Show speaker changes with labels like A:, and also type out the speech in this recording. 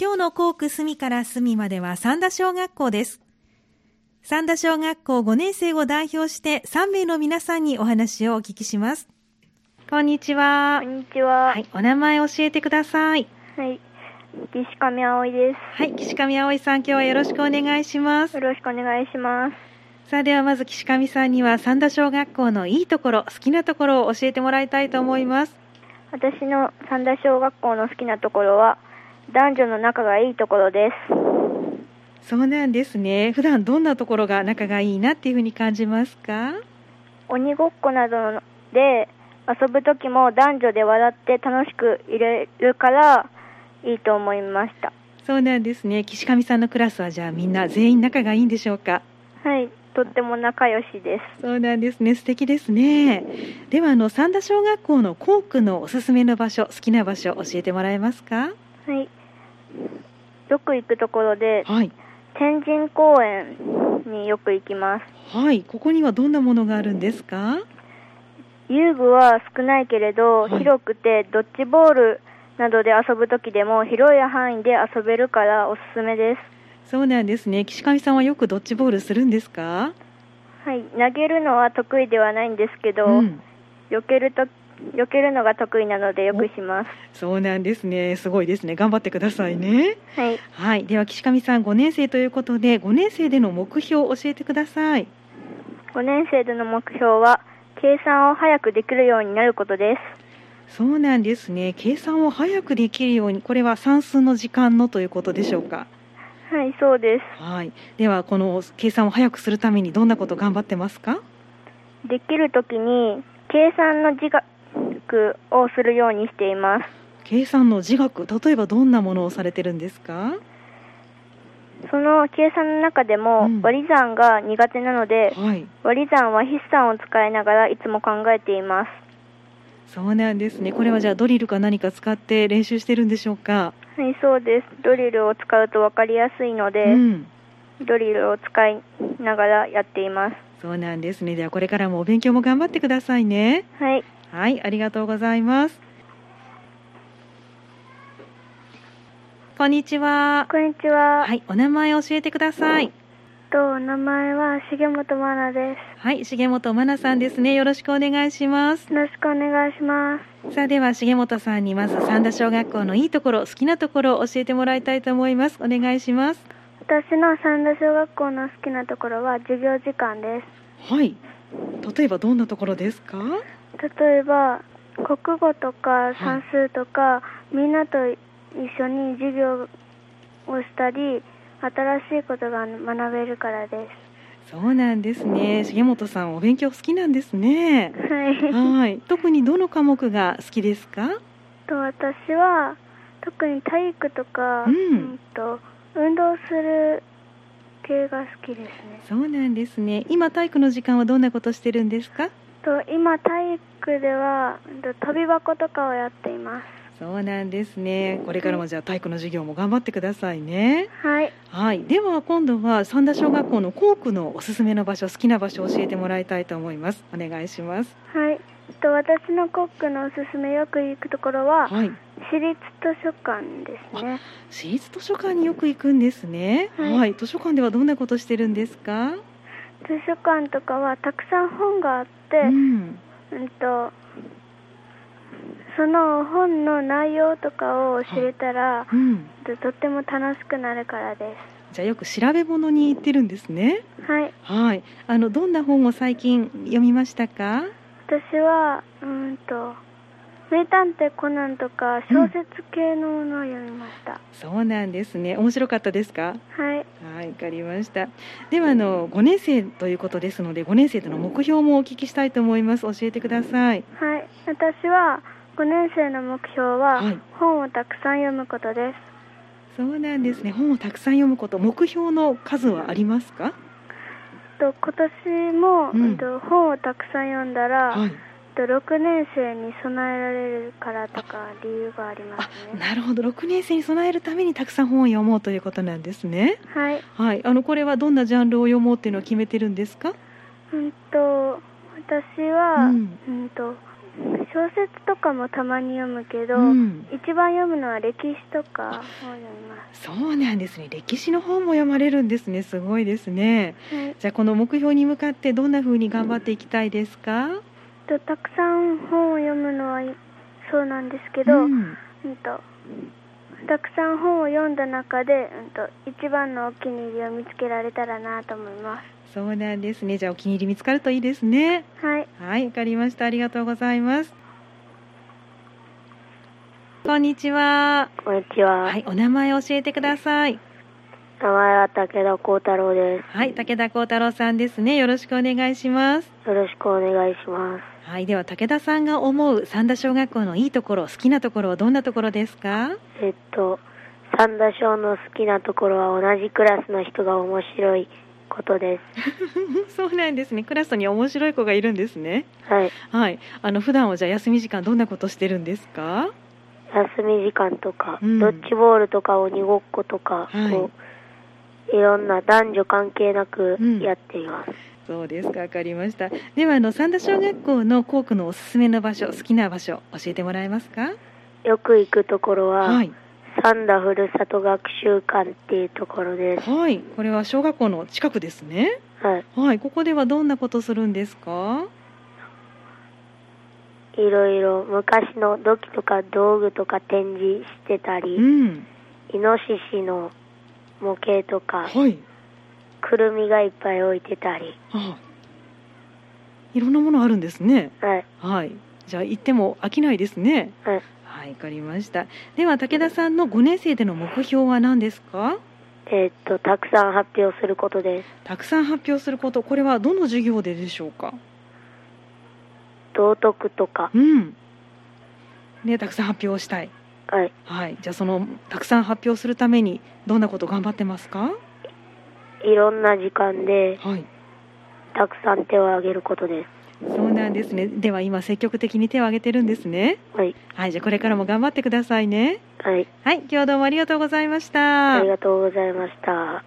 A: 今日の校区隅から隅までは三田小学校です。三田小学校5年生を代表して3名の皆さんにお話をお聞きします。こんにちは
B: こ。んにちは。
A: はい、お名前教えてください。
B: はい。岸上葵です。
A: はい、岸上葵さん、今日はよろしくお願いします
B: よ。ろしくお願いします。
A: さあ、ではまず岸上さんには三田小学校のいいところ、好きなところを教えてもらいたいと思います。
B: 私の三田小学校の好きなところは、男女の仲がいいところです。
A: そうなんですね。普段どんなところが仲がいいなっていうふうに感じますか
B: 鬼ごっこなどので遊ぶ時も男女で笑って楽しくいれるから、いいと思いました。
A: そうなんですね。岸上さんのクラスはじゃあみんな全員仲がいいんでしょうか
B: はい。とっても仲良しです。
A: そうなんですね。素敵ですね。では、あの、三田小学校の校区のおすすめの場所、好きな場所、教えてもらえますか
B: はい。よく行くところで、
A: はい。
B: 天神公園によく行きます。
A: はい。ここにはどんなものがあるんですか
B: 遊具は少ないけれど、
A: はい
B: 広くてドッジボールなどで遊ぶ時でも広い範囲で遊べるからおすすめです、
A: そうなんですね。岸上さんはよくドッジボールするんですか
B: はい、投げるのは得意ではないんですけど、
A: うん。
B: 避けると避けるのが得意なのでよくします
A: そうなんですね。すごいですね。頑張ってくださいね。
B: はい
A: はい。では、岸上さん、5年生ということで、5年生での目標を教えてください。
B: 5年生での目標は計算を早くできるようになることです
A: そうなんですね。計算を早くできるように、これは算数の時間のということでしょうか。
B: はいそうです
A: はい。ではこの計算を早くするためにどんなことを頑張ってますか。
B: できる時に計算の自学をするようにしています
A: 計算の自学、例えばどんなものをされてるんですか。
B: その計算の中でも
A: うん
B: 割り算が苦手なので、
A: はい。
B: 割り算は筆算を使いながらいつも考えています。
A: そうなんですね。これはじゃあドリルか何か使って練習してるんでしょうか。
B: はい、そうです。ドリルを使うと分かりやすいので、
A: うん。
B: ドリルを使いながらやっています。
A: そうなんですね。ではこれからもお勉強も頑張ってくださいね。
B: はい、
A: はい、ありがとうございます。こんにちは。
B: こんにちは。
A: はい、お名前教えてください。
B: とお名前は重本真奈で
A: はい、重本真奈さんですね。よろしくお願いします。
B: す。よろしくお願いします。
A: さあでは重本さんにまず三田小学校のいいところ好きなところを教えてもらいたいと思いますお願いします
B: 私の三田小学校の好きなところは授業時間です。
A: はい例えばどんなところですか
B: 例えば国語とか
A: い
B: 算数とか、みんなと一緒に授業をしたり新しいことが学べるからで
A: そうなんですね重本さんお勉強好きなんですね
B: す。はい。
A: はい特にどの科目が好きですか
B: と私は特に体育とか、
A: うん
B: と運動する系が好きですね。
A: そうなんですね今体育の時間はどんなことしてるんですか
B: と今体育ではと飛び箱とかをやっています。
A: そうなんですねこれからもじゃあ体育の授業も頑張ってくださいね
B: はい。
A: はいでは今度は三田小学校の校区のおすすめの場所好きな場所を教えてもらいたいと思いますお願いします
B: はい。と私のコックのおすすめよく行くところは、
A: はい
B: 私立図書館ですね。
A: 私立図書館によく行くんですね。は、
B: はいい
A: 図書館ではどんなことしてるんですか。
B: 図書館とかはたくさん本があって、
A: うん、
B: うん、とその本の内容とかを知れたら、
A: うん、
B: ととっても楽しくなるからで
A: じゃあよく調べ物に行ってるんですね。
B: す。はい。
A: はい、あのどんな本を最近読みましたか。
B: 私はうんと名探偵コナンとか小説系のものを読みました。
A: そうなんですね。面白かったですか。
B: はい。
A: はい、わかりました。ではあの5年生ということですので、5年生との目標もお聞きしたいと思います。教えてください。
B: はい。私は5年生の目標は
A: はい
B: 本をたくさん読むことです。
A: そうなんですね。本をたくさん読むこと、目標の数はありますか。
B: と今年も、
A: うん
B: うんと本をたくさん読んだら、
A: はい。
B: と6年生に備えられるからとか理由があります
A: あ
B: ね。
A: なるほど6年生に備えるためにたくさん本を読もうということなんですね
B: はい。
A: はいあのこれはどんなジャンルを読もうっていうのを決めてるんですか
B: うんと私は、
A: う
B: うんん、と小説とかもたまに読むけど、
A: うん
B: 一番読むのは歴史とかを読みます。
A: そうなんですね歴史の本も読まれるんですねすごいですねじゃあこの目標に向かってどんな風に頑張っていきたいですか、
B: とたくさん本を読むのはいそうなんですけど、
A: う
B: うん
A: ん
B: とたくさん本を読んだ中で、うん、と一番のお気に入りを見つけられたらなと思いま
A: そうなんですねじゃあお気に入り見つかるといいですね
B: すはい
A: はいわかりましたありがとうございますこんにちは
B: こんにちは
A: はいお名前教えてください
B: 名前は武田幸太郎で
A: はい武田幸太郎さんですねよろしくお願いします
B: すよろしくお願いします
A: はいでは武田さんが思う三田小学校のいいところ好きなところはどんなところですか
B: えっと三田賞の好きなところは同じクラスの人が面白いことで
A: そうなんですね。クラスに面白い子がいるんですね。
B: すはい
A: はい。あの普段はじゃあ休み時間どんなことしてるんですか？
B: 休み時間とか、
A: うん
B: ドッジボールとか鬼ごっことか、
A: はい
B: こういろんな男女関係なく
A: うん
B: やっています、
A: そうですか。わかりました。ではあの三田小学校の校区のおすすめの場所、好きな場所教えてもらえますか？
B: よく行くところは、
A: はい。
B: 三田ふるさと学習館っていうところです、
A: はい。これは小学校の近くですね。
B: はい、
A: はい。ここではどんなことするんですか？
B: いろいろ昔の土器とか道具とか展示してたり、
A: うん。
B: イノシシの模型とか
A: はい。
B: くるみがいっぱい置いてたり、
A: あ。いろんなものあるんですね。
B: はい
A: はい。じゃあ行っても飽きないですね。
B: はい、
A: はい、わかりました。では武田さんの5年生での目標は何ですか？
B: えーっとたくさん発表することです
A: たくさん発表すること、これはどの授業ででしょうか？
B: 道徳とか、
A: うん。ね、たくさん発表したい。
B: はい、
A: はい、じゃあそのたくさん発表するためにどんなこと頑張ってますか？
B: いろんな時間で
A: はい。
B: たくさん手を挙げることで
A: そうなんですね。では今積極的に手を挙げてるんですね。
B: す。はい。
A: はい、じゃあこれからも頑張ってくださいね。
B: はい。
A: はい、今日はどうもありがとうございました。
B: ありがとうございました。